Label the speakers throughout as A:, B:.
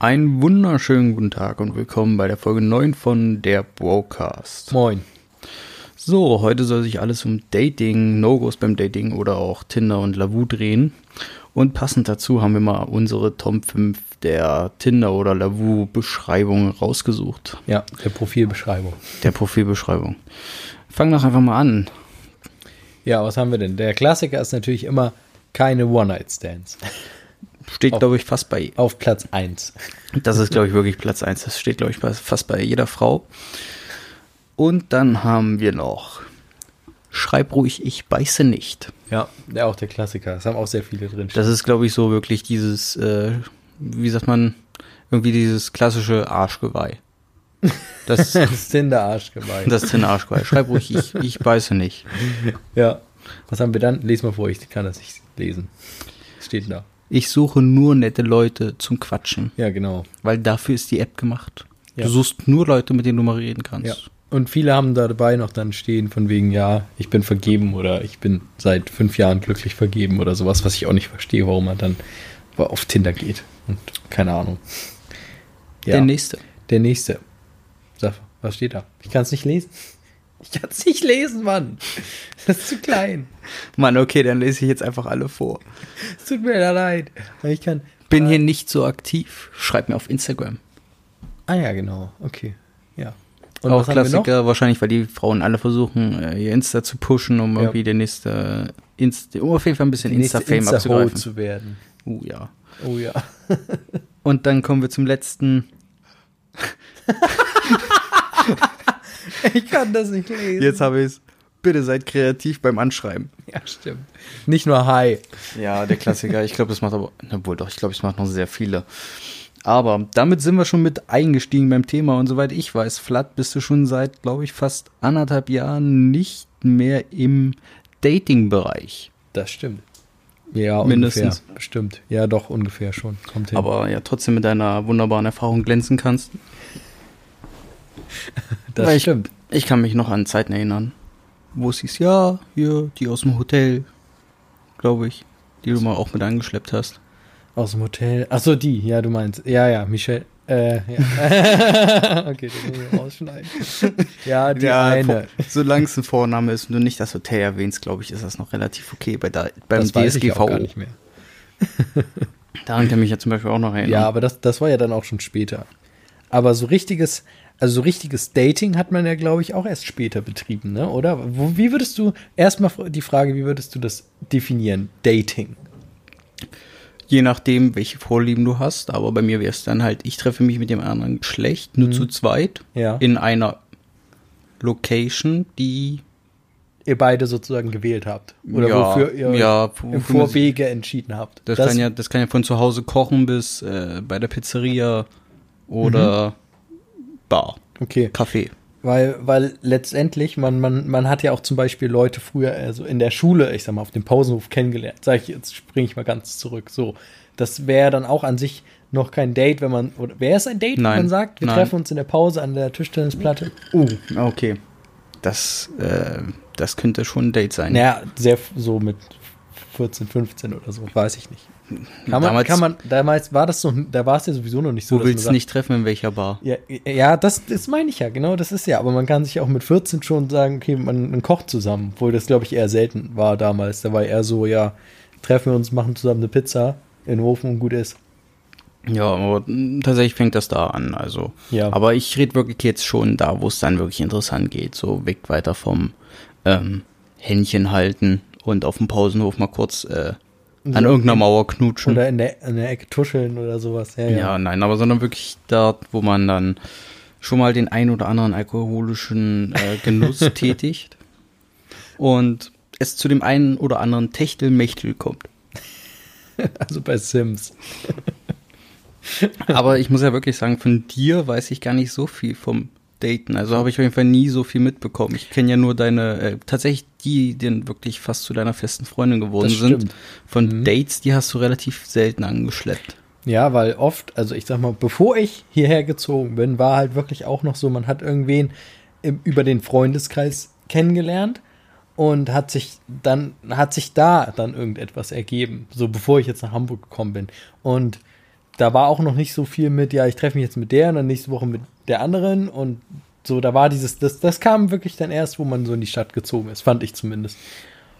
A: Einen wunderschönen guten Tag und willkommen bei der Folge 9 von der Broadcast.
B: Moin.
A: So, heute soll sich alles um Dating, No-Gos beim Dating oder auch Tinder und Lavu drehen. Und passend dazu haben wir mal unsere Tom 5 der Tinder- oder Lavu-Beschreibung rausgesucht.
B: Ja, der Profilbeschreibung.
A: Der Profilbeschreibung. Fang doch einfach mal an.
B: Ja, was haben wir denn? Der Klassiker ist natürlich immer keine One-Night-Stands.
A: Steht, glaube ich, fast bei.
B: Auf Platz 1.
A: Das ist, glaube ich, wirklich Platz 1. Das steht, glaube ich, bei- fast bei jeder Frau. Und dann haben wir noch. Schreib ruhig, ich beiße nicht.
B: Ja, der auch der Klassiker. Das haben auch sehr viele drin.
A: Das ist, glaube ich, so wirklich dieses, äh, wie sagt man, irgendwie dieses klassische Arschgeweih. Das,
B: Das ist Tinder-Arsch gemeint.
A: das ist ein Arschgeweih. Schreib ruhig, ich, ich beiße nicht.
B: Ja. Was haben wir dann? Lies mal vor, ich kann das nicht lesen. Steht da.
A: Ich suche nur nette Leute zum Quatschen,
B: Ja, genau.
A: weil dafür ist die App gemacht.
B: Ja.
A: Du suchst nur Leute, mit denen du mal reden kannst.
B: Ja. Und viele haben da dabei noch dann stehen von wegen, ja, ich bin vergeben oder ich bin seit fünf Jahren glücklich vergeben oder sowas, was ich auch nicht verstehe, warum man dann auf Tinder geht. Und keine Ahnung.
A: Der nächste.
B: Der nächste. Sag, was steht da? Ich kann es nicht lesen. Ich kann es nicht lesen, Mann. Das ist zu klein.
A: Mann, okay, dann lese ich jetzt einfach alle vor.
B: Es tut mir da leid. Aber Ich kann.
A: Bin hier nicht so aktiv. Schreib mir auf Instagram.
B: Ah ja, genau. Okay. Ja.
A: auch
B: was haben wir noch?
A: Klassiker, wahrscheinlich, weil die Frauen alle versuchen, äh, ihr Insta zu pushen, um
B: Ja.
A: irgendwie der nächste Insta, um auf jeden Fall ein bisschen
B: Die nächste
A: Insta-Fame
B: Insta-Ho
A: abzugreifen.
B: zu werden.
A: Uh, ja.
B: Oh ja.
A: Und dann kommen wir zum letzten.
B: Ich kann das nicht lesen.
A: habe ich es. Bitte seid kreativ beim Anschreiben.
B: Ja, stimmt. Nicht nur Hi.
A: Ja, der Klassiker. Ich glaube, das macht aber, na wohl doch, ich glaube, es macht noch sehr viele. Aber damit sind wir schon mit eingestiegen beim Thema. Und soweit ich weiß, Flat, bist du schon seit, glaube ich, fast anderthalb Jahren nicht mehr im Dating-Bereich.
B: Das stimmt. Ja,
A: Mindestens.
B: ungefähr. Stimmt. Ja, doch, ungefähr schon. Kommt hin.
A: Aber ja, trotzdem mit deiner wunderbaren Erfahrung glänzen kannst.
B: das
A: Weil ich-
B: stimmt.
A: Ich kann mich noch an Zeiten erinnern, wo es hieß, ja, hier, die aus dem Hotel, glaube ich, die du mal auch mit angeschleppt hast.
B: Aus dem Hotel. Achso, die. Ja, du meinst. Ja, ja, Michelle. Äh, ja. okay, das muss ich rausschneiden. Ja, die eine.
A: Solange es ein Vorname ist und du nicht das Hotel erwähnst, glaube ich, ist das noch relativ okay bei da, beim
B: Das weiß ich auch gar
A: DSGVO.
B: nicht mehr.
A: Daran kann ich mich ja zum Beispiel auch noch erinnern.
B: Ja, aber das, das war ja dann auch schon später. Aber so richtiges, also so richtiges Dating hat man ja, glaube ich, auch erst später betrieben, ne? Oder? Wo, wie würdest du, erstmal die Frage, wie würdest du das definieren? Dating.
A: Je nachdem, welche Vorlieben du hast, aber bei mir wäre es dann halt, ich treffe mich mit dem anderen Geschlecht, nur zu zweit,
B: Mhm. Ja.
A: in einer Location, die
B: Ihr beide sozusagen gewählt habt. Oder
A: Ja,
B: wofür ihr
A: ja,
B: euch
A: wofür
B: im
A: man sich-
B: Vorwege entschieden habt.
A: Das, kann ja, das kann ja von zu Hause kochen bis äh, bei der Pizzeria oder
B: Mhm.
A: Bar,
B: Okay.
A: Café.
B: Weil, weil letztendlich, man, man, man hat ja auch zum Beispiel Leute früher, also in der Schule, ich sag mal, auf dem Pausenhof kennengelernt. Sag ich, jetzt springe ich mal ganz zurück. So, das wäre dann auch an sich noch kein Date, wenn man, oder wäre es ein Date,
A: Nein,
B: wenn man sagt, wir
A: nein.
B: treffen uns in der Pause an der Tischtennisplatte? Uh,
A: Okay. Das, äh, das könnte schon ein Date sein.
B: naja, sehr f- so mit 14, 15 oder so, weiß ich nicht. Kann man,
A: Damals-
B: damals, kann man, damals war das so, da war es ja sowieso noch nicht so.
A: Wo
B: dass man
A: willst du
B: sagt,
A: nicht treffen, in welcher Bar?
B: Ja, ja das, das meine ich ja, genau, das ist ja. Aber man kann sich auch mit 14 schon sagen, okay, man, man kocht zusammen. Obwohl das, glaube ich, eher selten war damals. Da war eher so, ja, treffen wir uns, machen zusammen eine Pizza in den Ofen und gut ist.
A: Ja, aber mh, tatsächlich fängt das da an. Also.
B: Ja.
A: Aber ich rede wirklich jetzt schon da, wo es dann wirklich interessant geht. So weg weiter vom ähm, Händchen halten und auf dem Pausenhof mal kurz äh, an irgendeiner Mauer knutschen.
B: Oder in der, in der Ecke tuscheln oder sowas. Ja, ja.
A: Ja, nein, aber sondern wirklich dort, wo man dann schon mal den ein oder anderen alkoholischen äh, Genuss tätigt und es zu dem einen oder anderen Techtelmechtel kommt.
B: Also bei Sims.
A: Aber ich muss ja wirklich sagen, von dir weiß ich gar nicht so viel vom Daten. Also habe ich auf jeden Fall nie so viel mitbekommen. Ich kenne ja nur deine, äh, tatsächlich die, die dann wirklich fast zu deiner festen Freundin geworden
B: Das
A: sind.
B: stimmt.
A: Von Dates, die hast du relativ selten angeschleppt.
B: Ja, weil oft, also ich sag mal, bevor ich hierher gezogen bin, war halt wirklich auch noch so, man hat irgendwen im, über den Freundeskreis kennengelernt und hat sich dann, hat sich da dann irgendetwas ergeben, so bevor ich jetzt nach Hamburg gekommen bin. Und da war auch noch nicht so viel mit, ja, ich treffe mich jetzt mit der und dann nächste Woche mit der anderen und so, da war dieses, das, das kam wirklich dann erst, wo man so in die Stadt gezogen ist, fand ich zumindest.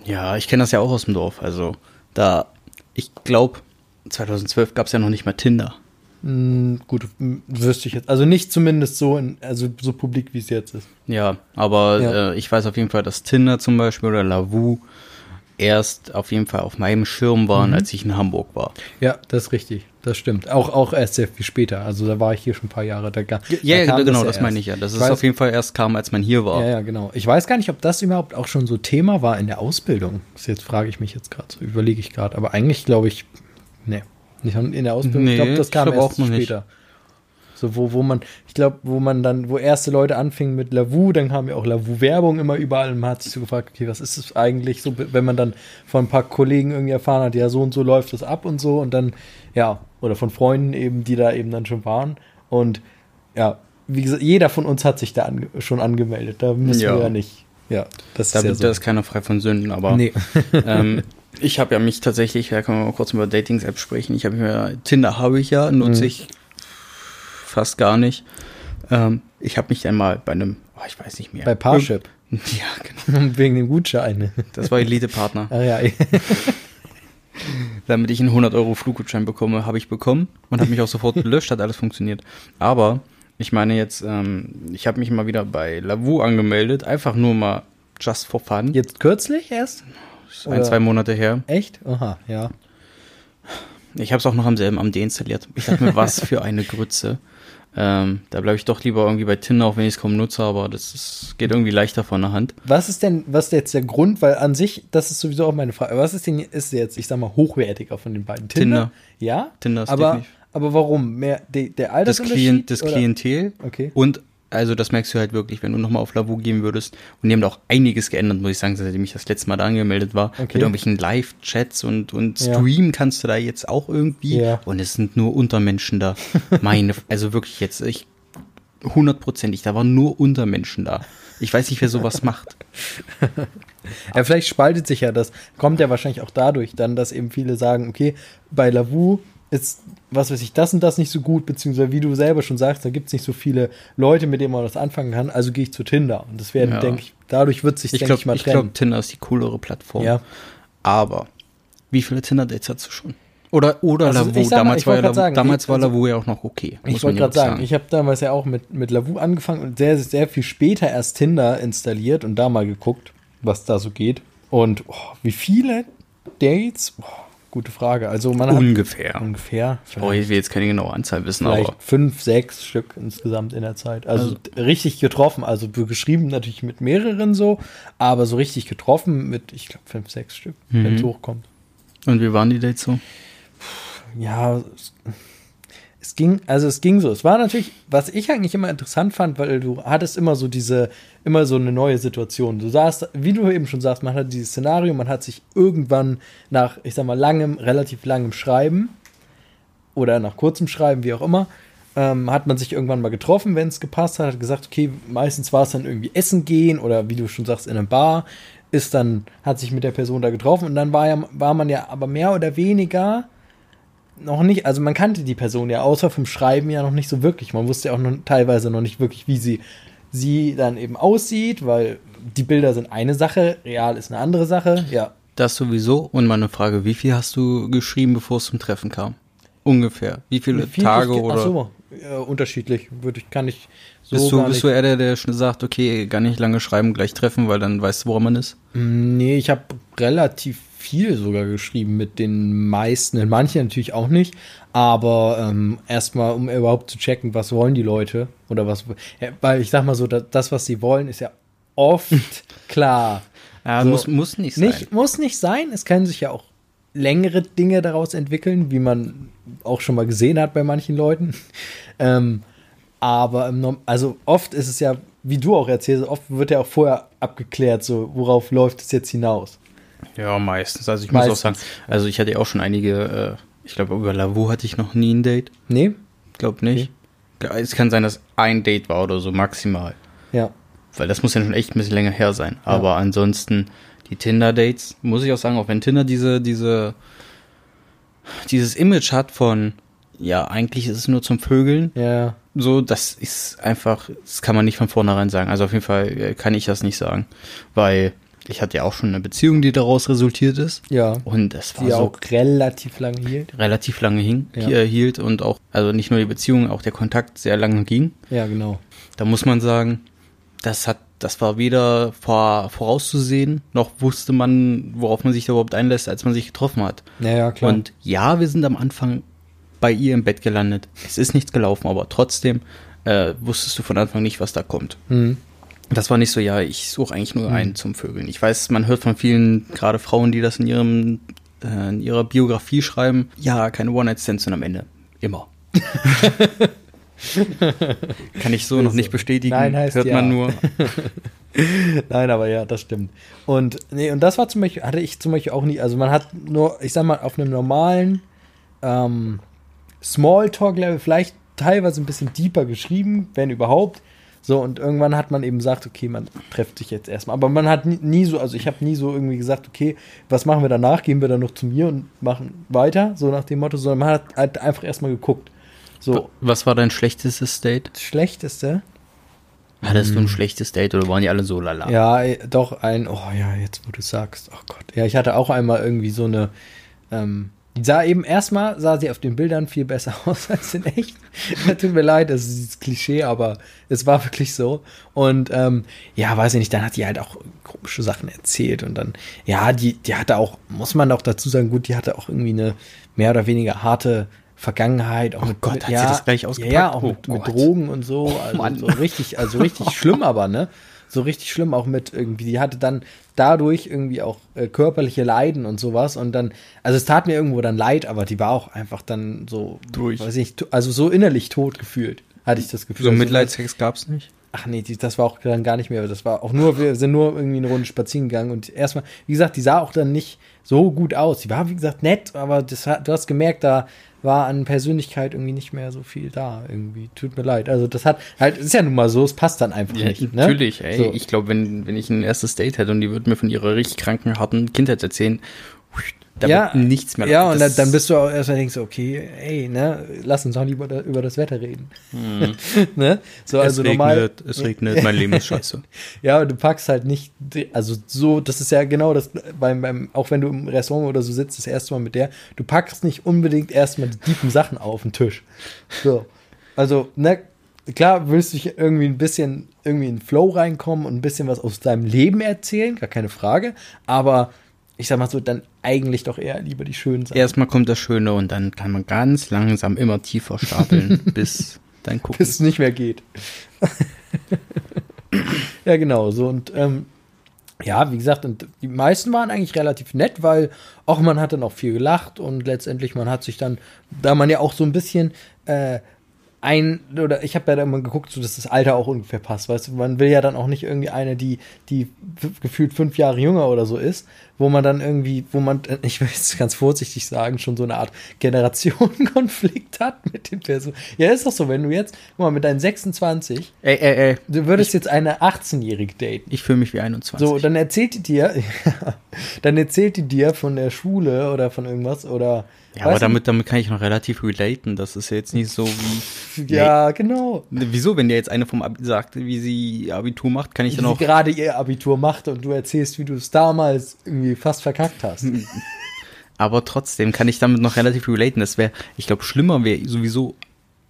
A: Ja, ich kenne das ja auch aus dem Dorf. Also da, ich glaube, 2012 gab es ja noch nicht mal Tinder.
B: Hm, gut, hm, wüsste ich jetzt. Also nicht zumindest so, in, also so publik, wie es jetzt ist.
A: Ja, aber
B: Ja.
A: Äh, ich weiß auf jeden Fall, dass Tinder zum Beispiel oder Lavu erst auf jeden Fall auf meinem Schirm waren, als ich in Hamburg war.
B: Ja, das ist richtig, das stimmt. Auch, auch erst sehr viel später, also da war ich hier schon ein paar Jahre. Da, ga-
A: Ja,
B: da
A: ja
B: kam
A: genau,
B: ja
A: das meine
B: erst.
A: ich ja. Das
B: Ich
A: ist
B: weiß-
A: auf jeden Fall erst kam, als man hier war.
B: Ja, ja, genau. Ich weiß gar nicht, ob das überhaupt auch schon so Thema war in der Ausbildung. Das jetzt frage ich mich jetzt gerade, so überlege ich gerade. Aber eigentlich glaube ich, nee, nicht in der Ausbildung.
A: Nee,
B: ich glaube, das
A: ich
B: kam
A: glaube
B: erst
A: auch noch nicht.
B: später. So, wo, wo man, ich glaube, wo man dann, wo erste Leute anfingen mit Lavu, dann kam ja auch Lavu-Werbung immer überall und man hat sich so gefragt, okay, was ist es eigentlich so, wenn man dann von ein paar Kollegen irgendwie erfahren hat, ja, so und so läuft das ab und so und dann, ja, oder von Freunden eben, die da eben dann schon waren und ja, wie gesagt, jeder von uns hat sich da ange schon angemeldet, da müssen
A: Ja.
B: wir ja nicht, ja, das
A: Da,
B: ist ja
A: da ist keiner frei von Sünden, aber
B: Nee.
A: ähm, ich habe ja mich tatsächlich, da können wir mal kurz über Dating-Apps sprechen. Ich habe mir, Tinder habe ich ja, nutze
B: Mhm.
A: ich fast gar nicht. Ähm, ich habe mich einmal bei einem, oh, ich weiß nicht mehr.
B: bei Parship,
A: Ja, genau.
B: wegen dem Gutschein.
A: Das war Elite-Partner.
B: Ach Ah, ja,
A: damit ich einen 100-Euro-Fluggutschein bekomme, habe ich bekommen und habe mich auch sofort gelöscht, hat alles funktioniert. Aber ich meine jetzt, ähm, ich habe mich mal wieder bei Lavu angemeldet, einfach nur mal just for fun,
B: jetzt kürzlich erst?
A: Ist ein, zwei Monate her.
B: Echt? Aha, ja.
A: Ich habe es auch noch am selben Abend deinstalliert. Ich dachte mir, was für eine Grütze. Ähm, da bleibe ich doch lieber irgendwie bei Tinder, auch wenn ich es kaum nutze, aber das ist, geht irgendwie leichter von der Hand.
B: Was ist denn, was ist jetzt der Grund? Weil an sich, das ist sowieso auch meine Frage. Was ist denn ist jetzt, ich sag mal, hochwertiger von den beiden?
A: Tinder.
B: Ja?
A: Tinder ist
B: aber,
A: definitiv.
B: aber warum? Mehr de, der
A: das,
B: Altersunterschied?
A: Klient, das
B: oder-
A: Klientel.
B: Okay.
A: Und also das merkst du halt wirklich, wenn du nochmal auf Lavu gehen würdest. Und die haben da auch einiges geändert, muss ich sagen, seitdem ich das letzte Mal da angemeldet war. Mit irgendwelchen Live-Chats und, und
B: Ja.
A: Stream kannst du da jetzt auch irgendwie.
B: Ja.
A: Und es sind nur Untermenschen da. Meine, F- also wirklich jetzt, ich hundertprozentig, da waren nur Untermenschen da. Ich weiß nicht, wer sowas macht.
B: Ja, Ah, vielleicht spaltet sich ja das. Kommt ja wahrscheinlich auch dadurch dann, dass eben viele sagen, okay, bei Lavu ist, was weiß ich, das und das nicht so gut, beziehungsweise wie du selber schon sagst, da gibt es nicht so viele Leute, mit denen man das anfangen kann, also gehe ich zu Tinder. Und das werden,
A: Ja.
B: denke ich, dadurch wird sich,
A: Ich
B: denke ich,
A: glaube,
B: mal
A: ich glaub,
B: trennen.
A: Tinder ist die coolere Plattform.
B: ja.
A: Aber wie viele Tinder-Dates hattest du schon? Oder, oder
B: Also,
A: Lavu.
B: ich sag mal,
A: Damals
B: ich
A: war,
B: wollt
A: ja
B: grad
A: Lavu,
B: sagen,
A: damals
B: ich-
A: war
B: also-
A: Lavu ja auch noch okay. muss
B: Ich wollte
A: man ja
B: gerade
A: auch
B: sagen, ich habe damals ja auch mit, mit Lavu angefangen und sehr, sehr viel später erst Tinder installiert und da mal geguckt, was da so geht. Und oh, wie viele Dates? Oh, gute Frage. Also man hat
A: Ungefähr.
B: ungefähr vielleicht,
A: Oh, ich will jetzt keine genaue Anzahl wissen,
B: vielleicht
A: aber
B: fünf, sechs Stück insgesamt in der Zeit. Also, d- richtig getroffen. Also geschrieben natürlich mit mehreren so, aber so richtig getroffen mit, ich glaube, fünf, sechs Stück, wenn
A: Mhm.
B: es hochkommt.
A: und wie waren die Dates so?
B: ja, es, es ging, also es ging so. Es war natürlich, was ich eigentlich immer interessant fand, weil du hattest immer so diese, immer so eine neue Situation. Du saßt, wie du eben schon sagst, man hat dieses Szenario, man hat sich irgendwann nach, ich sag mal, langem, relativ langem Schreiben oder nach kurzem Schreiben, wie auch immer, ähm, hat man sich irgendwann mal getroffen, wenn es gepasst hat, hat gesagt, okay, meistens war es dann irgendwie essen gehen oder wie du schon sagst, in eine Bar, ist dann, hat sich mit der Person da getroffen und dann war, ja, war man ja aber mehr oder weniger noch nicht, also man kannte die Person ja außer vom Schreiben ja noch nicht so wirklich. Man wusste ja auch noch, teilweise noch nicht wirklich, wie sie, sie dann eben aussieht, weil die Bilder sind eine Sache, real ist eine andere Sache. Ja,
A: Das sowieso und meine Frage, wie viel hast du geschrieben, bevor es zum Treffen kam? Ungefähr. Wie viele
B: Viel-
A: Tage
B: ich-
A: oder?
B: Ach so, äh, unterschiedlich, würde ich, kann ich so
A: bist du,
B: gar
A: bist du
B: nicht.
A: eher der, der schon sagt, okay, gar nicht lange schreiben, gleich treffen, weil dann weißt du, woran man ist?
B: Nee, ich habe relativ viel sogar geschrieben mit den meisten, in manchen natürlich auch nicht, aber ähm, erstmal, um überhaupt zu checken, was wollen die Leute oder was, ja, weil ich sag mal so, da- das, was sie wollen, ist ja oft klar.
A: Ja,
B: So.
A: muss, muss nicht sein.
B: also Nicht, muss nicht sein. Es können sich ja auch längere Dinge daraus entwickeln, wie man auch schon mal gesehen hat bei manchen Leuten. Ähm, aber im Norm also oft ist es ja, wie du auch erzählst, oft wird ja auch vorher abgeklärt, so worauf läuft es jetzt hinaus.
A: Ja, meistens. Also ich muss auch
B: Meistens.
A: sagen, also ich hatte ja auch schon einige, äh, ich glaube, über Lavu hatte ich noch nie ein Date.
B: Nee?
A: Glaub nicht. Es kann sein, dass ein Date war oder so, maximal.
B: Ja.
A: weil das muss ja schon echt ein bisschen länger her sein. Aber ansonsten die Tinder-Dates, muss ich auch sagen, auch wenn Tinder diese, diese, dieses Image hat von, ja, eigentlich ist es nur zum Vögeln.
B: Ja.
A: So, das ist einfach, das kann man nicht von vornherein sagen. Also auf jeden Fall äh, kann ich das nicht sagen, weil ich hatte ja auch schon eine Beziehung, die daraus resultiert ist.
B: Ja.
A: Und das war
B: Die
A: so
B: auch relativ lang hielt.
A: relativ lange hing,
B: Ja.
A: äh, hielt und auch, also nicht nur die Beziehung, auch der Kontakt sehr lange ging.
B: Ja, genau.
A: Da muss man sagen, das hat, das war weder vor, vorauszusehen, noch wusste man, worauf man sich da überhaupt einlässt, als man sich getroffen hat.
B: Naja, klar.
A: Und ja, wir sind am Anfang bei ihr im Bett gelandet. Es ist nichts gelaufen, aber trotzdem äh, wusstest du von Anfang nicht, was da kommt.
B: Hm.
A: Das war nicht so, ja, ich suche eigentlich nur einen zum Vögeln. Ich weiß, man hört von vielen, gerade Frauen, die das in ihrem äh, in ihrer Biografie schreiben, ja, keine One-Night-Stands und am Ende immer. Kann ich so noch nicht bestätigen.
B: Nein, heißt
A: hört
B: ja.
A: man nur.
B: Nein, aber ja, das stimmt. Und nee, und das war zum Beispiel, hatte ich zum Beispiel auch nie, also man hat nur, ich sag mal, auf einem normalen ähm, Smalltalk-Level vielleicht teilweise ein bisschen deeper geschrieben, wenn überhaupt. So, und irgendwann hat man eben gesagt, okay, man trifft sich jetzt erstmal. Aber man hat nie, nie so, also ich habe nie so irgendwie gesagt, okay, was machen wir danach? Gehen wir dann noch zu mir und machen weiter, so nach dem Motto, sondern man hat halt einfach erstmal geguckt. So,
A: Was war dein schlechtestes Date?
B: das Schlechteste.
A: Hattest du ein schlechtes Date oder waren die alle so lala?
B: Hm. Ja, eh, doch, ein, oh ja, jetzt wo du sagst, oh Gott. Ja, ich hatte auch einmal irgendwie so eine, ähm, die sah eben erstmal, sah sie auf den Bildern viel besser aus als in echt. Tut mir leid, das ist dieses Klischee, aber es war wirklich so. Und ähm, ja, weiß ich nicht, dann hat die halt auch komische Sachen erzählt und dann, ja, die, die hatte auch, muss man auch dazu sagen, gut, die hatte auch irgendwie eine mehr oder weniger harte Vergangenheit. Auch oh
A: Gott, hat sie das gleich ausgepackt?
B: ausgepackt? Ja, auch
A: Oh
B: mit, mit
A: Gott.
B: Drogen. Drogen und so. Also
A: Mann.
B: so richtig, also richtig schlimm, aber, ne? So richtig schlimm auch mit irgendwie. Die hatte dann dadurch irgendwie auch äh, körperliche Leiden und sowas. Und dann, also es tat mir irgendwo dann leid, aber die war auch einfach dann so
A: Durch.
B: Weiß ich, to- also so innerlich tot gefühlt, hatte ich das Gefühl.
A: So
B: Also,
A: Mitleidsex gab's nicht?
B: Ach nee, die, das war auch dann gar nicht mehr. Das war auch nur, wir sind nur irgendwie eine Runde spazieren gegangen und erstmal, wie gesagt, die sah auch dann nicht so gut aus. Die war, wie gesagt, nett, aber das, hat- du hast gemerkt, da war an Persönlichkeit irgendwie nicht mehr so viel da. Irgendwie, tut mir leid. Also das hat halt, ist ja nun mal so, es passt dann einfach
A: Ja,
B: nicht. Ne?
A: natürlich, ey.
B: So.
A: Ich glaube, wenn, wenn ich ein erstes Date hätte und die würden mir von ihrer richtig kranken, harten Kindheit erzählen, da
B: ja,
A: wird nichts mehr.
B: Ja, und dann,
A: das-
B: dann bist du auch erstmal denkst, du, okay, ey, ne, lass uns doch lieber da, über das Wetter reden.
A: Hm.
B: ne? So, also
A: es regnet,
B: normal.
A: es regnet, mein Leben ist scheiße.
B: Ja, aber du packst halt nicht, die- also so, das ist ja genau das, beim, beim, auch wenn du im Restaurant oder so sitzt, das erste Mal mit der, du packst nicht unbedingt erstmal die tiefen Sachen auf den Tisch. So. Also, ne, klar, willst du dich irgendwie ein bisschen, irgendwie in den Flow reinkommen und ein bisschen was aus deinem Leben erzählen, gar keine Frage, aber ich sag mal so, dann eigentlich doch eher lieber die schönen Sachen.
A: Erstmal kommt das Schöne und dann kann man ganz langsam immer tiefer stapeln, bis dann gucken.
B: bis es nicht mehr geht. ja, genau, so und ähm, ja, wie gesagt, und die meisten waren eigentlich relativ nett, weil auch man hat dann auch viel gelacht und letztendlich man hat sich dann, da man ja auch so ein bisschen äh, ein, oder ich habe ja da immer geguckt, so dass das Alter auch ungefähr passt, weißt du, man will ja dann auch nicht irgendwie eine, die, die f- gefühlt fünf Jahre jünger oder so ist, wo man dann irgendwie, wo man, äh, ich will jetzt ganz vorsichtig sagen, schon so eine Art Generationenkonflikt hat mit den Personen. Ja, ist doch so, wenn du jetzt, guck mal, mit deinen 26,
A: ey, ey, ey,
B: du würdest jetzt eine 18-Jährige daten.
A: ich fühle mich wie 21.
B: So, dann erzählt die dir, dann erzählt die dir von der Schule oder von irgendwas oder.
A: ja, aber
B: Weißt du,
A: damit, damit kann ich noch relativ relaten. Das ist ja jetzt nicht so wie. ne,
B: Ja, genau.
A: Wieso, wenn dir jetzt eine vom Abi sagt, wie sie Abitur macht, kann ich
B: Wie
A: dann
B: sie
A: auch.
B: gerade ihr Abitur macht und du erzählst, wie du es damals irgendwie fast verkackt hast.
A: Aber trotzdem kann ich damit noch relativ relaten. Das wäre, ich glaube, schlimmer wäre sowieso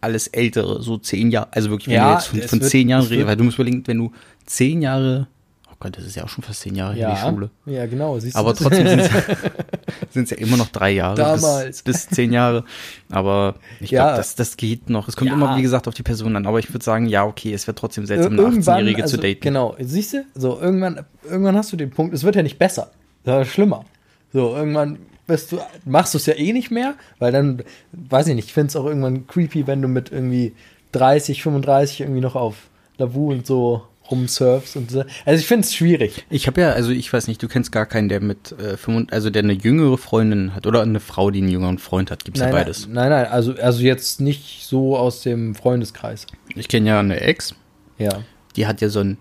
A: alles Ältere, so zehn Jahre, also wirklich, wenn
B: Ja,
A: du jetzt von,
B: es
A: von
B: wird-
A: zehn Jahren
B: es wird-
A: redest, weil du musst überlegen, wenn du zehn Jahre, oh Gott, das ist ja auch schon fast zehn Jahre her, die Schule.
B: ja, genau. Siehst
A: Aber
B: du?
A: trotzdem sind es ja immer noch drei Jahre
B: Damals.
A: bis, bis zehn Jahre. Aber ich glaube,
B: Ja.
A: das, das geht noch. Es kommt
B: Ja.
A: immer, wie gesagt, auf die Person an. Aber ich würde sagen, ja, okay, es wäre trotzdem seltsam, eine
B: Irgendwann,
A: 18-Jährige
B: also,
A: zu daten.
B: Genau, siehst du, so irgendwann, irgendwann hast du den Punkt, es wird ja nicht besser, sondern schlimmer. So, irgendwann bist du, machst du es ja eh nicht mehr, weil dann, weiß ich nicht, ich finde es auch irgendwann creepy, wenn du mit irgendwie 30, 35 irgendwie noch auf Lavu und so rumsurfst und so. Also ich finde es schwierig.
A: Ich habe ja, also ich weiß nicht, du kennst gar keinen, der mit äh, 5, also der eine jüngere Freundin hat oder eine Frau, die einen jüngeren Freund hat. Gibt's
B: Nein,
A: ja beides.
B: nein, nein, also, also jetzt nicht so aus dem Freundeskreis.
A: Ich kenne ja eine Ex,
B: Ja.
A: die hat ja so einen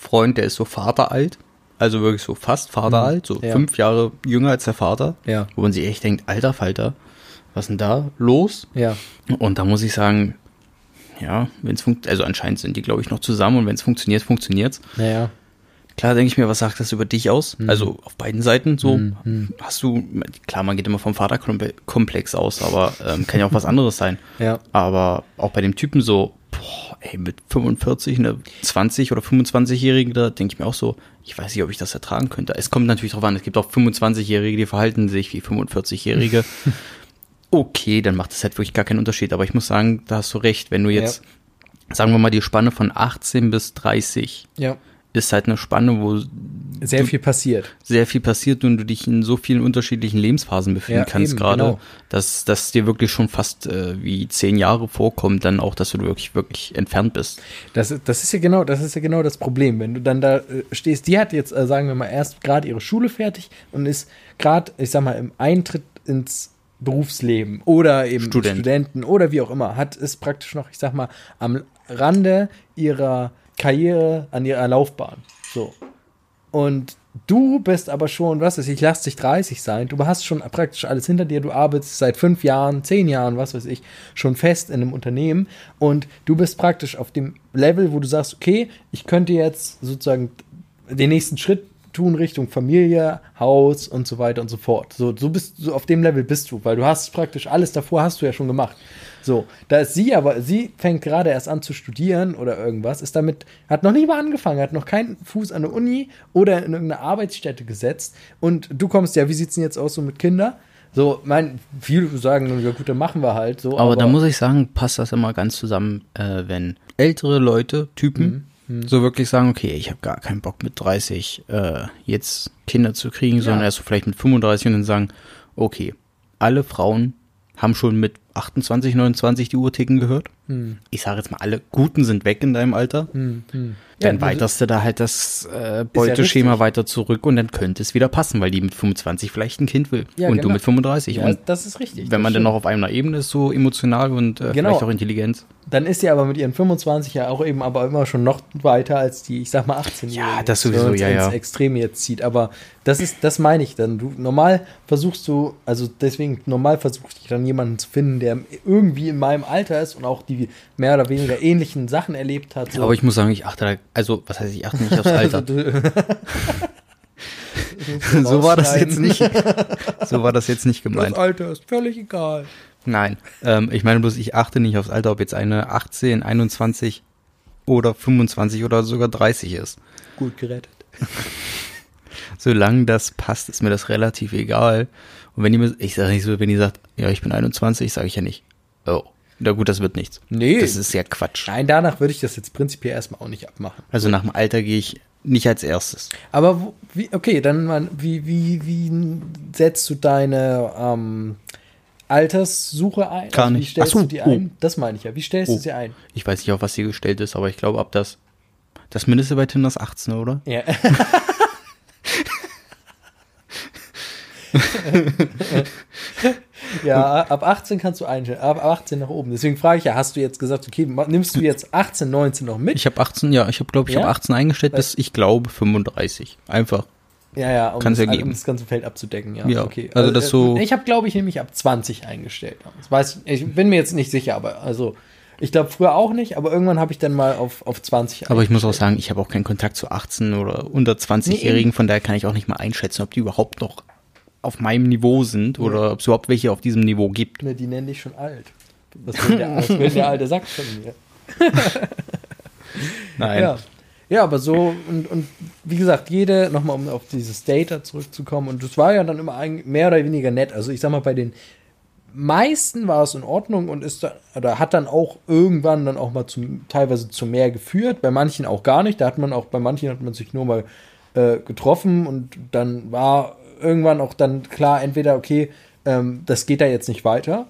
A: Freund, der ist so vateralt. Also wirklich so fast vateralt, so
B: Mhm. ja.
A: fünf Jahre jünger als der Vater.
B: Ja.
A: Wo man sich echt denkt, alter Falter, was denn da los?
B: Ja.
A: Und da muss ich sagen, ja, wenn es funktioniert, also anscheinend sind die, glaube ich, noch zusammen und wenn es funktioniert, funktioniert's.
B: Naja.
A: Klar denke ich mir, was sagt das über dich aus? Also auf beiden Seiten so hast du, klar, man geht immer vom Vaterkomplex aus, aber ähm, kann ja auch was anderes sein.
B: Ja.
A: Aber auch bei dem Typen so, boah, ey, mit 45, eine 20 oder 25-Jährige, da denke ich mir auch so, ich weiß nicht, ob ich das ertragen könnte. Es kommt natürlich drauf an, es gibt auch 25-Jährige, die verhalten sich wie 45-Jährige. okay, dann macht das halt wirklich gar keinen Unterschied. Aber ich muss sagen, da hast du recht, wenn du jetzt, sagen wir mal, die Spanne von 18 bis 30
B: Ja.
A: ist halt eine Spanne, wo
B: Sehr viel passiert.
A: sehr viel passiert und du dich in so vielen unterschiedlichen Lebensphasen befinden
B: Ja,
A: kannst
B: eben,
A: gerade,
B: genau.
A: dass das dir wirklich schon fast äh, wie zehn Jahre vorkommt, dann auch, dass du wirklich wirklich entfernt bist.
B: Das, ist- das ist ja genau, das ist ja genau das Problem, wenn du dann da äh, stehst. Die hat jetzt, äh, sagen wir mal, erst gerade ihre Schule fertig und ist gerade, ich sag mal, im Eintritt ins Berufsleben oder eben
A: Student.
B: Studenten oder wie auch immer, hat es praktisch noch, ich sag mal, am Rande ihrer Karriere, an ihrer Laufbahn. So. Und du bist aber schon, was weiß ich, lass dich 30 sein. Du hast schon praktisch alles hinter dir. Du arbeitest seit fünf Jahren, zehn Jahren, was weiß ich, schon fest in einem Unternehmen. Und du bist praktisch auf dem Level, wo du sagst, okay, ich könnte jetzt sozusagen den nächsten Schritt tun Richtung Familie, Haus und so weiter und so fort. So, so bist so auf dem Level bist du, weil du hast praktisch alles davor hast du ja schon gemacht. So, da ist sie aber, sie fängt gerade erst an zu studieren oder irgendwas, ist damit, hat noch nie mal angefangen, hat noch keinen Fuß an der Uni oder in irgendeine Arbeitsstätte gesetzt und du kommst ja, wie sieht's denn jetzt aus so mit Kinder? So, mein, viele sagen, ja gut, dann machen wir halt so.
A: Aber, da muss ich sagen, passt das immer ganz zusammen, äh, wenn ältere Leute, Typen,
B: Mhm.
A: so wirklich sagen, okay, ich habe gar keinen Bock mit 30 äh, jetzt Kinder zu kriegen, sondern erst so vielleicht mit 35 und dann sagen, okay, alle Frauen haben schon mit 28, 29 die Uhr ticken gehört.
B: Mhm.
A: Ich sage jetzt mal, alle Guten sind weg in deinem Alter. Dann
B: Ja,
A: weiterst du da halt das äh, Beuteschema
B: richtig.
A: weiter zurück und dann könnte es wieder passen, weil die mit 25 vielleicht ein Kind will
B: Ja,
A: und du
B: genau.
A: mit 35.
B: ja,
A: und
B: das ist
A: wenn
B: richtig. das
A: man dann
B: stimmt.
A: noch auf einer Ebene ist, so emotional und äh,
B: Genau.
A: vielleicht auch intelligent.
B: Dann ist sie aber mit ihren 25 ja auch eben aber immer schon noch weiter als die, ich sag mal, 18 jährigen
A: Ja, das sowieso, ja, ja.
B: ins Extreme jetzt zieht. Aber das ist, das meine ich dann. Du normal versuchst du, also deswegen normal versuche ich dann jemanden zu finden, der irgendwie in meinem Alter ist und auch die mehr oder weniger ähnlichen Sachen erlebt hat. So.
A: Aber ich muss sagen, ich achte da, also was heißt, ich achte nicht aufs Alter. so war das jetzt nicht. So war das jetzt nicht
B: Das
A: gemeint.
B: Alter ist völlig egal.
A: Nein, ähm, ich meine bloß, ich achte nicht aufs Alter, ob jetzt eine 18, 21 oder 25 oder sogar 30 ist.
B: Gut gerettet.
A: Solange das passt, ist mir das relativ egal. Und wenn die mir, ich sage nicht so, wenn die sagt, ja, ich bin 21, sage ich ja nicht. Oh, na gut, das wird nichts.
B: Nee.
A: Das ist ja Quatsch.
B: Nein, danach würde ich das jetzt prinzipiell erstmal auch nicht abmachen.
A: Also nach dem Alter gehe ich nicht als erstes.
B: Aber wo, wie, okay, dann mal, wie, wie, wie setzt du deine ähm, Alterssuche ein?
A: Gar
B: Also,
A: nicht.
B: Wie stellst
A: Ach so,
B: du die
A: oh.
B: ein? Das meine ich ja. Wie stellst
A: Oh.
B: du sie ein?
A: Ich weiß nicht, auf was sie gestellt ist, aber ich glaube, ab das. Das Mindeste bei Tinder ist 18, oder?
B: Ja. ja, ab 18 kannst du einstellen, ab 18 nach oben. Deswegen frage ich ja, hast du jetzt gesagt, okay, ma- nimmst du jetzt 18, 19 noch mit?
A: Ich habe 18, ja, ich habe, glaube ich,
B: Ja?
A: habe 18 eingestellt bis, ich glaube, 35. Einfach.
B: Ja, ja, um,
A: Kann's
B: das,
A: ja geben.
B: um das ganze Feld abzudecken, ja.
A: Ja,
B: okay. äh,
A: also das so-
B: Ich habe, glaube ich, nämlich ab 20 eingestellt. Das weiß ich, ich bin mir jetzt nicht sicher, aber also ich glaube früher auch nicht, aber irgendwann habe ich dann mal auf, auf 20
A: Aber ich
B: eingestellt.
A: muss auch sagen, ich habe auch keinen Kontakt zu 18 oder unter 20-Jährigen, von daher kann ich auch nicht mal einschätzen, ob die überhaupt noch auf meinem Niveau sind oder ob es überhaupt welche auf diesem Niveau gibt.
B: Ne, Die nennen dich schon alt. Was will der, was will der alte Sack von mir?
A: Nein.
B: Ja. Ja, aber so, und, und wie gesagt, jede, nochmal um auf dieses Data zurückzukommen, und das war ja dann immer eigentlich mehr oder weniger nett. Also ich sag mal, bei den meisten war es in Ordnung und ist dann, oder hat dann auch irgendwann dann auch mal zum, teilweise zu mehr geführt, bei manchen auch gar nicht. Da hat man auch, bei manchen hat man sich nur mal äh, getroffen und dann war irgendwann auch dann klar, entweder, okay, ähm, das geht da jetzt nicht weiter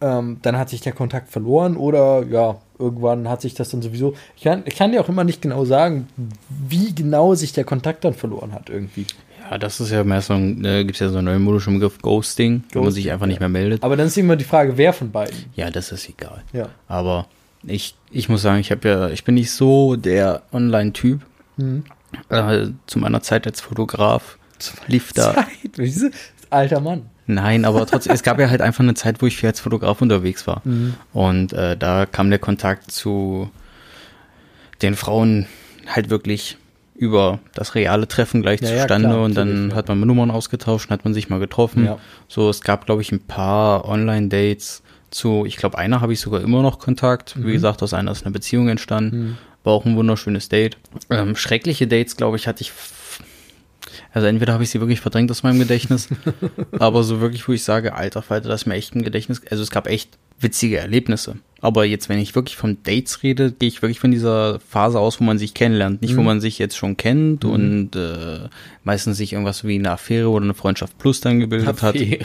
B: ähm, dann hat sich der Kontakt verloren oder ja, irgendwann hat sich das dann sowieso. Ich kann, ich kann dir auch immer nicht genau sagen, wie genau sich der Kontakt dann verloren hat irgendwie.
A: Ja, das ist ja mehr so ein, äh, gibt es ja so einen neuen modischen Begriff Ghosting, wo man sich einfach nicht mehr meldet.
B: Aber dann ist immer die Frage, wer von beiden.
A: Ja, das ist egal.
B: Ja.
A: Aber ich, ich muss sagen, ich habe ja, ich bin nicht so der Online-Typ. Äh, Mhm. zu meiner Zeit als Fotograf lief da.
B: Zeit, wie diese- alter Mann.
A: Nein, aber trotzdem, es gab ja halt einfach eine Zeit, wo ich viel als Fotograf unterwegs war.
B: Mhm.
A: Und äh, da kam der Kontakt zu den Frauen halt wirklich über das reale Treffen gleich
B: Ja, ja,
A: zustande
B: klar,
A: und dann
B: natürlich, ja.
A: hat man Nummern ausgetauscht und hat man sich mal getroffen.
B: Ja.
A: So, es gab, glaube ich, ein paar Online-Dates zu, ich glaube, einer habe ich sogar immer noch Kontakt.
B: Mhm.
A: Wie gesagt, aus einer ist eine Beziehung entstanden. War auch ein wunderschönes Date. Ähm, schreckliche Dates, glaube ich, hatte ich. f- Also entweder habe ich sie wirklich verdrängt aus meinem Gedächtnis, aber so wirklich, wo ich sage, alter Falter, das ist mir echt ein Gedächtnis. Also es gab echt witzige Erlebnisse. Aber jetzt, wenn ich wirklich von Dates rede, gehe ich wirklich von dieser Phase aus, wo man sich kennenlernt. Nicht, wo man sich jetzt schon kennt und äh, meistens sich irgendwas wie eine Affäre oder eine Freundschaft plus dann gebildet hat.
B: Affäre.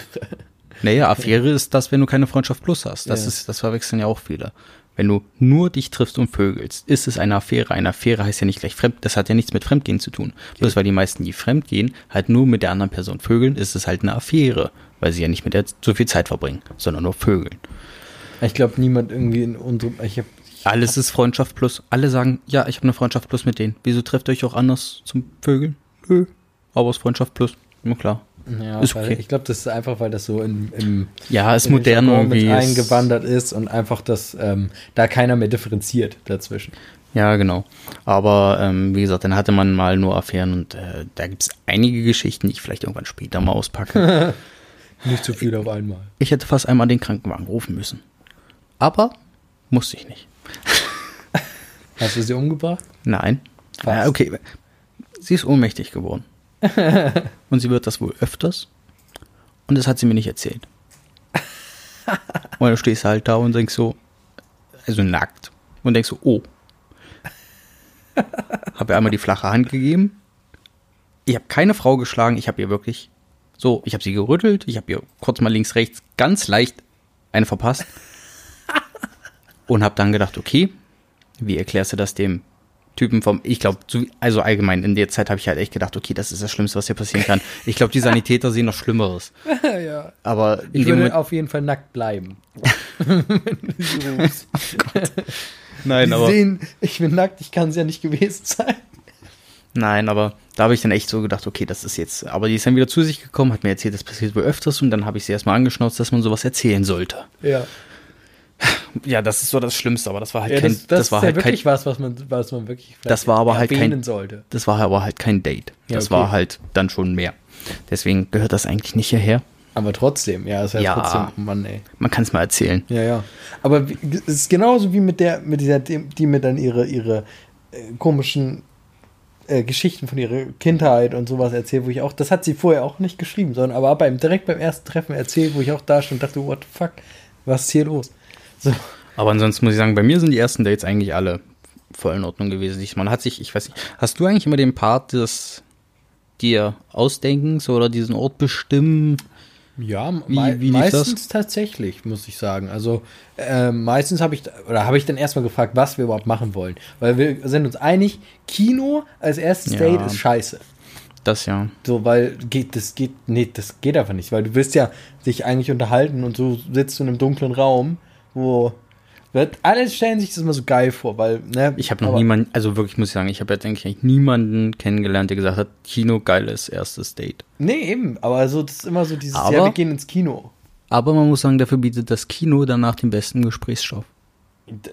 A: Naja, Affäre ist das, wenn du keine Freundschaft plus hast. Das
B: Ja.
A: ist, das verwechseln ja auch viele. Wenn du nur dich triffst und vögelst, ist es eine Affäre. Eine Affäre heißt ja nicht gleich fremd, das hat ja nichts mit Fremdgehen zu tun. Bloß weil die meisten, die fremdgehen, halt nur mit der anderen Person vögeln, ist es halt eine Affäre, weil sie ja nicht mit der so viel Zeit verbringen, sondern nur vögeln.
B: Ich glaube, niemand irgendwie in unserem. Ich hab, ich,
A: Alles ist Freundschaft plus. Alle sagen, ja, ich habe eine Freundschaft plus mit denen. Wieso trefft ihr euch auch anders zum Vögeln? Nö. Aber es ist Freundschaft plus. Na klar.
B: ja,
A: Ist
B: weil,
A: okay.
B: ich glaube, das ist einfach, weil das so im, im
A: Ja, ist
B: in den
A: modern
B: Jargon
A: irgendwie.
B: mit
A: ist-
B: eingewandert ist und einfach, dass ähm, da keiner mehr differenziert dazwischen.
A: Ja, genau. Aber ähm, wie gesagt, dann hatte man mal nur Affären und äh, da gibt's einige Geschichten, die ich vielleicht irgendwann später mal auspacke.
B: Nicht zu viel auf einmal.
A: ich hätte fast einmal den Krankenwagen rufen müssen. Aber musste ich nicht.
B: Hast du sie umgebracht?
A: Nein.
B: Fast.
A: Ja, okay. Sie ist ohnmächtig geworden. und sie wird das wohl öfters. Und das hat sie mir nicht erzählt. und dann stehst du halt da und denkst so, also nackt. Und denkst so, oh. Hab ihr einmal die flache Hand gegeben. Ich habe keine Frau geschlagen. Ich habe ihr wirklich so, ich habe sie gerüttelt. Ich habe ihr kurz mal links, rechts ganz leicht eine verpasst. und habe dann gedacht, okay, wie erklärst du das dem Typen vom, ich glaube, also allgemein, in der Zeit habe ich halt echt gedacht, okay, das ist das Schlimmste, was hier passieren kann. Ich glaube, die Sanitäter sehen noch Schlimmeres.
B: ja.
A: Aber in
B: Ich
A: dem
B: würde
A: Moment,
B: auf jeden Fall nackt bleiben.
A: nein,
B: Die sehen, ich bin nackt, ich kann es ja nicht gewesen sein.
A: Nein, aber da habe ich dann echt so gedacht, okay, das ist jetzt. Aber die ist dann wieder zu sich gekommen, hat mir erzählt, das passiert wohl öfters und dann habe ich sie erstmal angeschnauzt, dass man sowas erzählen sollte.
B: Ja,
A: Ja, das ist so das Schlimmste, aber das war halt
B: ja
A: kein.
B: das, das,
A: war
B: ist
A: halt
B: ja wirklich
A: kein.
B: was, was man, was man wirklich vielleicht
A: Das war aber halt kein-
B: erwähnen sollte.
A: Das war aber halt kein Date.
B: Ja,
A: Das
B: okay.
A: war halt dann schon mehr. Deswegen gehört das eigentlich nicht hierher.
B: Aber trotzdem, ja, ist ja,
A: Ja.
B: trotzdem, oh Mann, ey.
A: Man kann es mal erzählen.
B: Ja, ja. Aber wie- es ist genauso wie mit der, mit dieser, die die mir dann ihre, ihre äh, komischen äh, Geschichten von ihrer Kindheit und sowas erzählt, wo ich auch, das hat sie vorher auch nicht geschrieben, sondern aber beim, direkt beim ersten Treffen erzählt, wo ich auch da schon dachte, what the fuck, was ist hier los? So,
A: Aber ansonsten muss ich sagen, bei mir sind die ersten Dates eigentlich alle voll in Ordnung gewesen. Ich- Man hat sich, ich weiß nicht, hast du eigentlich immer den Part des dir Ausdenkens oder diesen Ort bestimmen?
B: Ja,
A: Wie-
B: mei-
A: wie lief das?
B: meistens tatsächlich, muss ich sagen. Also äh, meistens habe ich da- oder habe ich dann erstmal gefragt, was wir überhaupt machen wollen, weil wir sind uns einig, Kino als erstes
A: Ja.
B: Date ist scheiße.
A: Das ja.
B: So, weil geht das geht nee, das geht einfach nicht, weil du willst ja dich eigentlich unterhalten und so sitzt du in einem dunklen Raum, wo wird alle stellen sich das immer so geil vor, weil ne,
A: Ich habe noch
B: aber-
A: niemanden, also wirklich muss ich sagen, ich habe jetzt eigentlich niemanden kennengelernt, der gesagt hat, Kino geiles erstes Date.
B: Nee, eben, aber so das ist immer so dieses
A: Aber-
B: ja, wir gehen ins Kino.
A: Aber man muss sagen, dafür bietet das Kino danach den besten Gesprächsstoff.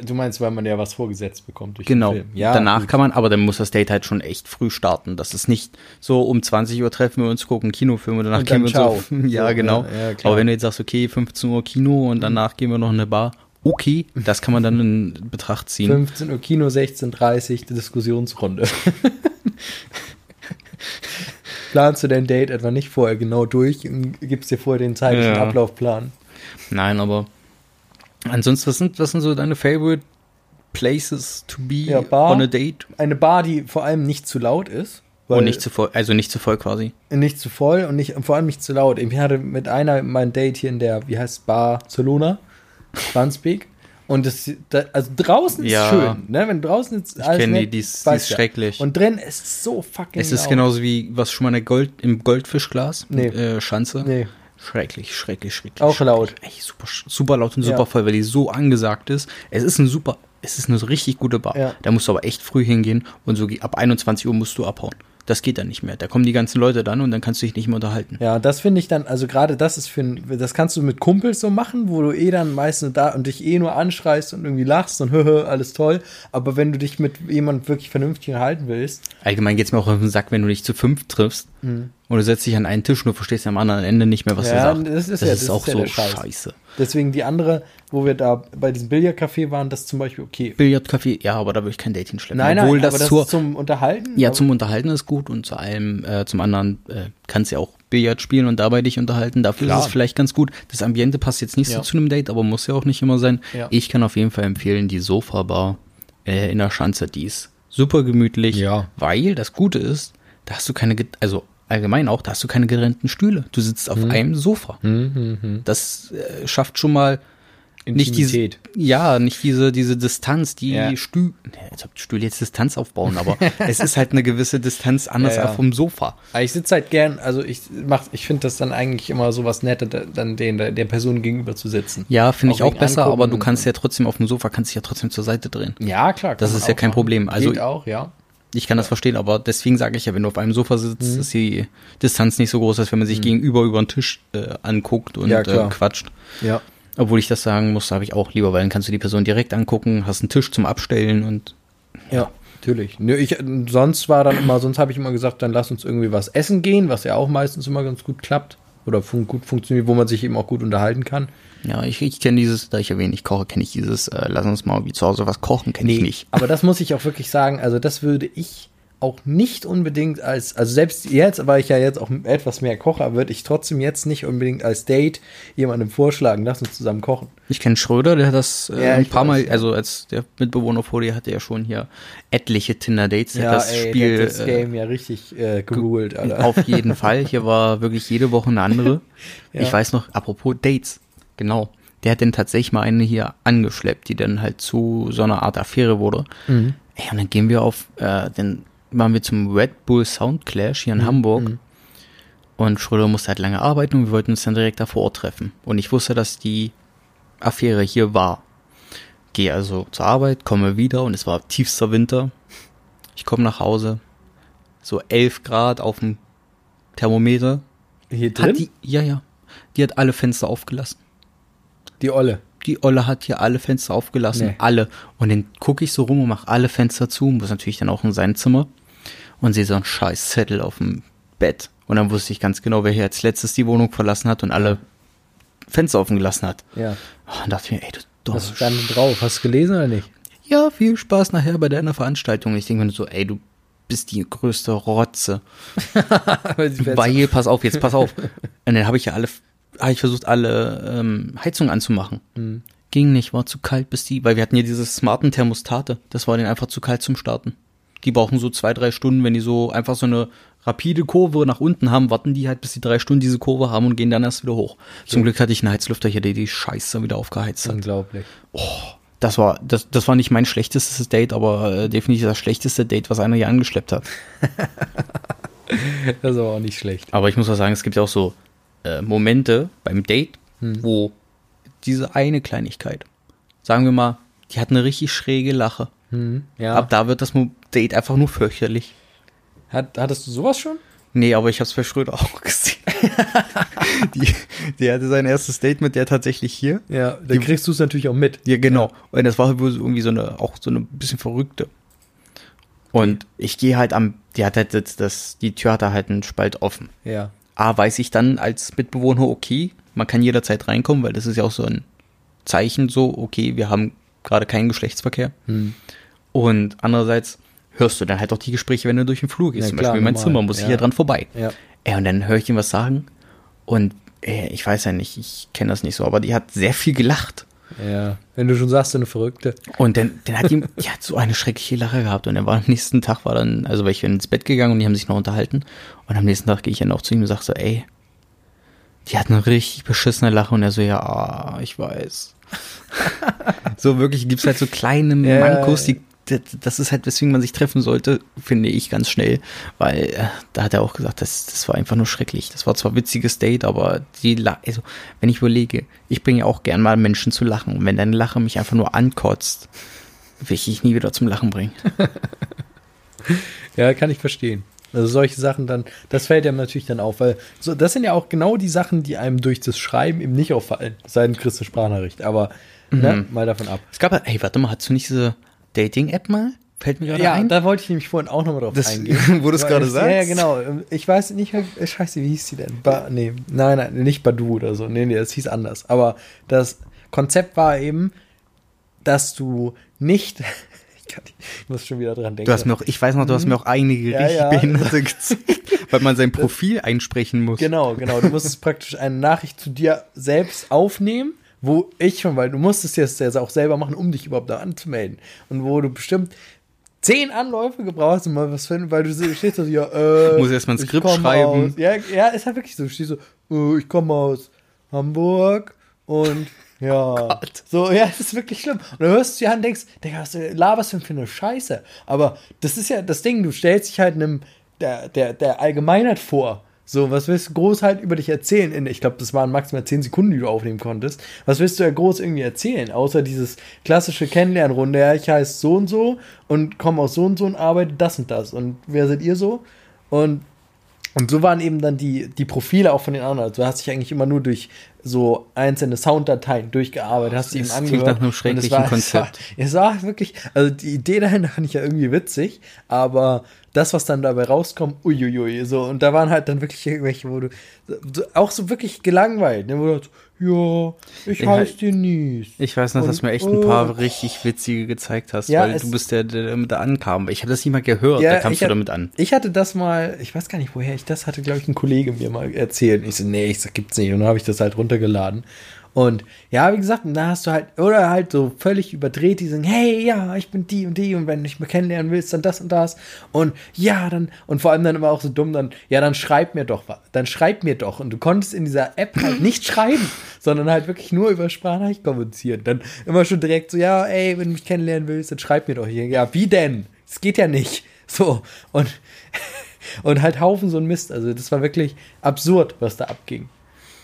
B: Du meinst, weil man ja was vorgesetzt bekommt durch
A: Genau.
B: den Film. Ja,
A: danach kann man, aber dann muss das Date halt schon echt früh starten. Das ist nicht so, um 20 Uhr treffen wir uns, gucken Kinofilm und danach
B: Und
A: gehen
B: dann
A: wir uns
B: ciao.
A: auf. Ja,
B: So,
A: genau.
B: ja, ja, klar. Mhm.
A: aber wenn du jetzt sagst, okay, 15 Uhr Kino und danach gehen wir noch in eine Bar, okay, das kann man dann in Betracht ziehen.
B: 15 Uhr Kino, 16.30 Uhr Diskussionsrunde. Planst du dein Date etwa nicht vorher genau durch und gibst dir vorher den zeitlichen
A: Ja.
B: Ablaufplan?
A: Nein, aber ansonsten, was sind, was sind so deine favorite places to be
B: Ja, Bar.
A: on a date?
B: Eine Bar, die vor allem nicht zu laut ist. weil-
A: Und nicht zu voll, also nicht zu voll quasi.
B: nicht zu voll und nicht, und vor allem nicht zu laut. Ich hatte mit einer mein Date hier in der, wie heißt es, Barcelona, Wandsbek. Und das, da, also draußen
A: Ja.
B: ist schön, ne? Wenn draußen ist alles
A: kenn die,
B: nett,
A: die ist-
B: weiß
A: die ist
B: ja.
A: schrecklich.
B: Und drin ist so fucking
A: Es ist genau-
B: laut.
A: genauso wie, was schon mal eine Gold, im Goldfischglas,
B: Genau. Nee.
A: äh, Schanze.
B: Nee.
A: Schrecklich, schrecklich, schrecklich.
B: Auch
A: schrecklich.
B: laut.
A: Ey, super, sch- super laut und super
B: Ja.
A: voll, weil die so angesagt ist. Es ist ein super, es ist eine richtig gute Bar.
B: Ja.
A: Da musst du aber echt früh hingehen und so ge- ab 21 Uhr musst du abhauen. Das geht dann nicht mehr. Da kommen die ganzen Leute dann und dann kannst du dich nicht mehr unterhalten.
B: Ja, das finde ich dann, also gerade das ist für, ein- das kannst du mit Kumpels so machen, wo du eh dann meistens da und dich eh nur anschreist und irgendwie lachst und höhö, alles toll. Aber wenn du dich mit jemandem wirklich vernünftig unterhalten willst,
A: Allgemein geht's mir auch auf den Sack, wenn du dich zu fünf triffst und du setzt dich an einen Tisch und du verstehst am anderen Ende nicht mehr, was
B: Mhm. Ja,
A: er sagt.
B: das ist ja- das ist
A: auch
B: ja
A: so
B: der Scheiß.
A: scheiße.
B: deswegen die andere, wo wir da bei diesem Billardcafé waren, das zum Beispiel okay.
A: Billardcafé, ja, aber da würde ich kein Date hinschleppen.
B: Nein, nein,
A: Obwohl
B: aber
A: das, zur,
B: zum Unterhalten.
A: ja,
B: aber-
A: zum Unterhalten ist gut und zu allem, äh, zum anderen äh, kannst ja auch Billard spielen und dabei dich unterhalten. Dafür
B: Klar.
A: ist es vielleicht ganz gut. Das Ambiente passt jetzt nicht so
B: Ja.
A: zu einem Date, aber muss ja auch nicht immer sein.
B: Ja.
A: Ich kann auf jeden Fall empfehlen, die Sofa-Bar äh, in der Schanze, die ist super gemütlich,
B: Ja.
A: weil das Gute ist, da hast du keine, get- also allgemein auch, da hast du keine getrennten Stühle. Du sitzt
B: Mhm.
A: auf einem Sofa. Das äh, schafft schon mal nicht diese,
B: Intimität.
A: ja, nicht diese, diese Distanz, die
B: Ja.
A: Stühle, jetzt ob die Stühle jetzt Distanz aufbauen, aber es ist halt eine gewisse Distanz anders
B: Ja, ja.
A: als vom Sofa.
B: Aber ich sitze halt gern, also ich mach, ich finde das dann eigentlich immer so was Nettes, da- dann den, der der Person gegenüber zu sitzen.
A: Ja, finde ich
B: Auch
A: auch
B: wegen
A: besser,
B: Angucken
A: aber du
B: und-
A: kannst ja trotzdem auf dem Sofa, kannst dich ja trotzdem zur Seite drehen.
B: Ja, klar.
A: Das
B: kann man
A: ist ja
B: auch
A: kein
B: machen.
A: Problem. Also-
B: Geht auch, ja. Mhm.
A: Ich kann das verstehen, aber deswegen sage ich ja, wenn du auf einem Sofa sitzt, ist die Distanz nicht so groß, als wenn man sich gegenüber über den Tisch äh, anguckt und
B: Ja,
A: äh,
B: klar.
A: quatscht.
B: Ja.
A: Obwohl ich das sagen muss, habe ich auch lieber, weil dann kannst du die Person direkt angucken, hast einen Tisch zum Abstellen und
B: Ja, natürlich. Nö, ich, äh, sonst war dann immer, sonst habe ich immer gesagt, dann lass uns irgendwie was essen gehen, was ja auch meistens immer ganz gut klappt oder fun gut funktioniert, wo man sich eben auch gut unterhalten kann.
A: ja, ich, ich kenne dieses, da ich ja wenig koche, kenne ich dieses, äh, lass uns mal wie zu Hause was kochen, kenne ich nicht.
B: Aber das muss ich auch wirklich sagen, also das würde ich auch nicht unbedingt als, also selbst jetzt, weil ich ja jetzt auch etwas mehr koche, würde ich trotzdem jetzt nicht unbedingt als Date jemandem vorschlagen, lass uns zusammen kochen.
A: Ich kenne Schröder, der hat das äh,
B: Ja,
A: ein
B: ich
A: paar
B: weiß,
A: Mal, also als der Mitbewohner vor dir hatte ja schon hier etliche Tinder-Dates, der hat das
B: ey,
A: Spiel
B: der hat das
A: äh,
B: Game ja richtig äh, geruhlt, Alter.
A: auf jeden Fall. Hier war wirklich jede Woche eine andere.
B: Ja.
A: Ich weiß noch, apropos Dates, genau. Der hat dann tatsächlich mal eine hier angeschleppt, die dann halt zu so einer Art Affäre wurde.
B: Mhm.
A: Ey, und dann gehen wir auf, äh, dann waren wir zum Red Bull Sound Clash
B: Mhm.
A: hier in Hamburg. Und Schröder musste halt lange arbeiten und wir wollten uns dann direkt da vor Ort treffen. Und ich wusste, dass die Affäre hier war. Gehe also zur Arbeit, komme wieder und es war tiefster Winter. Ich komme nach Hause, so 11 Grad auf dem Thermometer.
B: Hier
A: Hat die, ja, ja. Die hat alle Fenster aufgelassen.
B: die Olle.
A: Die Olle hat hier alle Fenster aufgelassen,
B: Nee.
A: alle. Und dann gucke ich so rum und mache alle Fenster zu, muss natürlich dann auch in sein Zimmer und sehe so einen scheiß Zettel auf dem Bett. Und dann wusste ich ganz genau, wer hier als letztes die Wohnung verlassen hat und alle Fenster offen gelassen hat.
B: Ja.
A: Und dachte mir, ey, du
B: Was
A: dummes
B: stand drauf? Hast du gelesen oder nicht?
A: ja, viel Spaß nachher bei deiner Veranstaltung. Und ich denke mir nur so, ey, du bist die größte Rotze. Weil, pass auf, jetzt pass auf. Und dann habe ich ja alle, habe ich versucht, alle ähm, Heizungen anzumachen. Ging nicht, war zu kalt, bis die, weil wir hatten ja diese smarten Thermostate. Das war denen einfach zu kalt zum Starten. Die brauchen so zwei, drei Stunden, wenn die so einfach so eine rapide Kurve nach unten haben, warten die halt, bis die drei Stunden diese Kurve haben und gehen dann erst wieder hoch. Zum Glück hatte ich einen Heizlüfter hier, der die Scheiße wieder aufgeheizt
B: Mhm.
A: hat.
B: Unglaublich.
A: Das war, das, das war nicht mein schlechtestes Date, aber äh, definitiv das schlechteste Date, was einer hier angeschleppt hat.
B: Das ist aber auch nicht schlecht.
A: Aber ich muss auch sagen, es gibt ja auch so äh, Momente beim Date, wo diese eine Kleinigkeit, sagen wir mal, die hat eine richtig schräge Lache.
B: Mhm. Ja.
A: Ab da wird das Mo- Date einfach nur fürchterlich.
B: Hat, hattest du sowas schon?
A: Nee, aber ich hab's bei Schröder auch gesehen. die, die hatte sein erstes Date mit der tatsächlich hier.
B: Ja, dann kriegst du es natürlich auch mit.
A: Ja, genau. Und das war wohl so irgendwie so eine, auch so eine bisschen verrückte. Und ich gehe halt am, die hat halt jetzt das, die Tür hatte halt einen Spalt offen.
B: Ja.
A: A, weiß ich dann als Mitbewohner, okay, man kann jederzeit reinkommen, weil das ist ja auch so ein Zeichen, so, okay, wir haben gerade keinen Geschlechtsverkehr.
B: Hm.
A: Und andererseits hörst du dann halt auch die Gespräche, wenn du durch den Flur gehst.
B: Ja,
A: Zum
B: klar,
A: Beispiel mein
B: normal.
A: Zimmer, muss ich
B: Ja.
A: ja dran vorbei.
B: Ja.
A: Ja, und dann höre ich ihm was sagen und äh, ich weiß ja nicht, ich kenne das nicht so, aber die hat sehr viel gelacht.
B: Ja. Wenn du schon sagst, so eine Verrückte.
A: Und dann, dann hat ihm, die hat so eine schreckliche Lache gehabt. Und er war am nächsten Tag, war dann, also weil ich bin ins Bett gegangen und die haben sich noch unterhalten. Und am nächsten Tag gehe ich dann auch zu ihm und sage so, ey, die hat eine richtig beschissene Lache. Und er so, ja, ah, ich weiß. so wirklich gibt's halt so kleine
B: Ja,
A: Mankos, die, das- das ist halt, weswegen man sich treffen sollte, finde ich ganz schnell. Weil äh, da hat er auch gesagt, das, das war einfach nur schrecklich. Das war zwar witziges Date, aber die, La also wenn ich überlege, ich bringe ja auch gern mal Menschen zu lachen. Und wenn deine Lache mich einfach nur ankotzt, will ich dich nie wieder zum Lachen bringen.
B: Ja, kann ich verstehen. Also solche Sachen dann, das fällt einem natürlich dann auf, weil so, das sind ja auch genau die Sachen, die einem durch das Schreiben eben nicht auffallen. Es Sei denn, kriegst du Sprachnachricht, aber ne, mal davon ab.
A: Es gab ja, ey, warte mal, hast du nicht diese Dating-App mal? Fällt mir gerade
B: Ja,
A: ein.
B: da wollte ich nämlich vorhin auch nochmal drauf
A: Das-
B: eingehen.
A: wo du es
B: Weil
A: gerade
B: ich- Ja, ja,
A: sagst.
B: genau. Ich weiß nicht mehr, äh, scheiße, wie hieß die denn? Ba, nee, nein, nein, nicht Badu oder so. Nee, nee, das hieß anders. Aber das Konzept war eben, dass du nicht, ich, kann, nicht- ich muss schon wieder dran denken.
A: Du hast mir auch, ich weiß noch, du hast mir auch einige
B: Mhm. Ja,
A: richtig
B: ja.
A: Behinderte gezeigt, weil man sein Profil einsprechen muss.
B: Genau, genau. Du musstest praktisch eine Nachricht zu dir selbst aufnehmen, wo ich schon, weil du musstest jetzt ja auch selber machen, um dich überhaupt da anzumelden. Und wo du bestimmt zehn Anläufe gebraucht hast, um mal was finden, weil du so- stehst so, ja, äh.
A: Muss erst mal ein
B: ich
A: Skript
B: komm
A: schreiben.
B: Aus. Ja, ja, ist halt wirklich so. Du stehst so, äh, ich komme aus Hamburg und. Ja, so, ja, das ist wirklich schlimm. Und dann hörst du ja an und denkst, Digga, was laberst du denn für eine Scheiße? Aber das ist ja das Ding, du stellst dich halt einem, der, der, der Allgemeinheit vor. So, was willst du groß halt über dich erzählen? In, ich glaube, das waren maximal 10 Sekunden, die du aufnehmen konntest. Was willst du ja groß irgendwie erzählen? Außer dieses klassische Kennenlernrunde, ja, ich heiße so und so und komme aus so und so und arbeite das und das. Und wer seid ihr so? Und und so waren eben dann die, die Profile auch von den anderen. Also du hast dich eigentlich immer nur durch so einzelne Sounddateien durchgearbeitet, hast die eben
A: Das klingt nach
B: angehört.
A: einem
B: Und es
A: schrecklichen
B: war-
A: Konzept.
B: Es war, es war wirklich, also die Idee dahinter fand ich ja irgendwie witzig, aber das, was dann dabei rauskommt, uiuiui, so. Und da waren halt dann wirklich irgendwelche, wo du so, auch so wirklich gelangweilt, ne, wo du so, ja, ich
A: Ja,
B: heiße Denise.
A: halt Ich weiß noch, dass
B: Und,
A: du mir echt ein
B: oh,
A: paar richtig witzige gezeigt hast,
B: Ja,
A: weil
B: es-
A: du bist der, der damit ankam. Ich habe das nicht mal gehört, da kamst
B: ich
A: du
B: hat-
A: damit an.
B: Ich hatte das mal, ich weiß gar nicht, woher ich das hatte, glaube ich, ein Kollege mir mal erzählt. Ich so, nee, ich sag, gibt's nicht. Und dann habe ich das halt runtergeladen. Und ja, wie gesagt, und da hast du halt, oder halt so völlig überdreht, die sagen, hey, ja, ich bin die und die und wenn du mich mal kennenlernen willst, dann das und das. Und ja, dann, und vor allem dann immer auch so dumm, dann, ja, dann schreib mir doch, wa- dann schreib mir doch. Und du konntest in dieser App halt nicht schreiben, sondern halt wirklich nur über Sprachnachricht kommunizieren. Dann immer schon direkt so, ja, ey, wenn du mich kennenlernen willst, dann schreib mir doch hier. Ja, wie denn? Es geht ja nicht. So, und, und halt Haufen so ein Mist. Also, das war wirklich absurd, was da abging.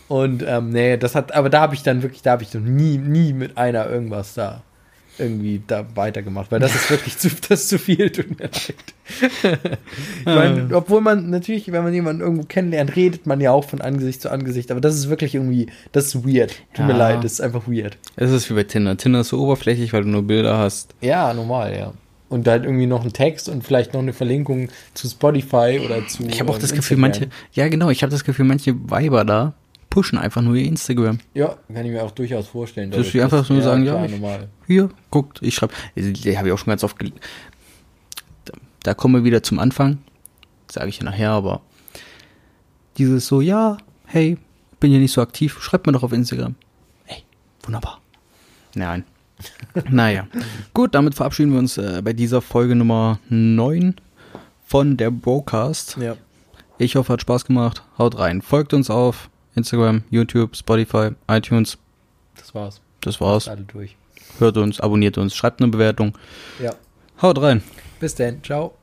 B: Und, ähm, nee, das hat, aber da habe ich dann wirklich, da habe ich noch nie, nie mit einer irgendwas da irgendwie da weitergemacht, weil das ist wirklich zu, das ist zu viel, tut mir leid. ich meine, obwohl man natürlich, wenn man jemanden irgendwo kennenlernt, redet man ja auch von Angesicht zu Angesicht, aber das ist wirklich irgendwie, das ist weird. Tut mir
A: Ja.
B: leid, das ist einfach weird.
A: Es ist wie bei Tinder. Tinder ist so oberflächlich, weil du nur Bilder hast.
B: Ja, normal, ja. Und halt irgendwie noch einen Text und vielleicht noch eine Verlinkung zu Spotify oder zu.
A: Ich habe auch
B: ähm,
A: das Gefühl,
B: Instagram.
A: manche, ja genau, ich habe das Gefühl, manche Weiber da pushen einfach nur ihr Instagram.
B: Ja, kann ich mir auch durchaus vorstellen.
A: Dass
B: dadurch,
A: sie einfach so sagen, ja,
B: klar,
A: ich-
B: normal.
A: Hier, guckt, ich schreibe. Die habe ich auch schon ganz oft gel Da- Da kommen wir wieder zum Anfang. Sage ich ja nachher, aber dieses so, ja, hey, bin hier nicht so aktiv, schreibt mir doch auf Instagram. Hey, wunderbar. Nein. naja. Gut, damit verabschieden wir uns äh, bei dieser Folge Nummer 9 von der Broadcast.
B: Ja.
A: Ich hoffe, hat Spaß gemacht. Haut rein. Folgt uns auf Instagram, YouTube, Spotify, iTunes.
B: Das war's.
A: Das war's.
B: Alle durch.
A: Hört uns, abonniert uns, schreibt eine Bewertung.
B: Ja.
A: Haut rein.
B: Bis dann. Ciao.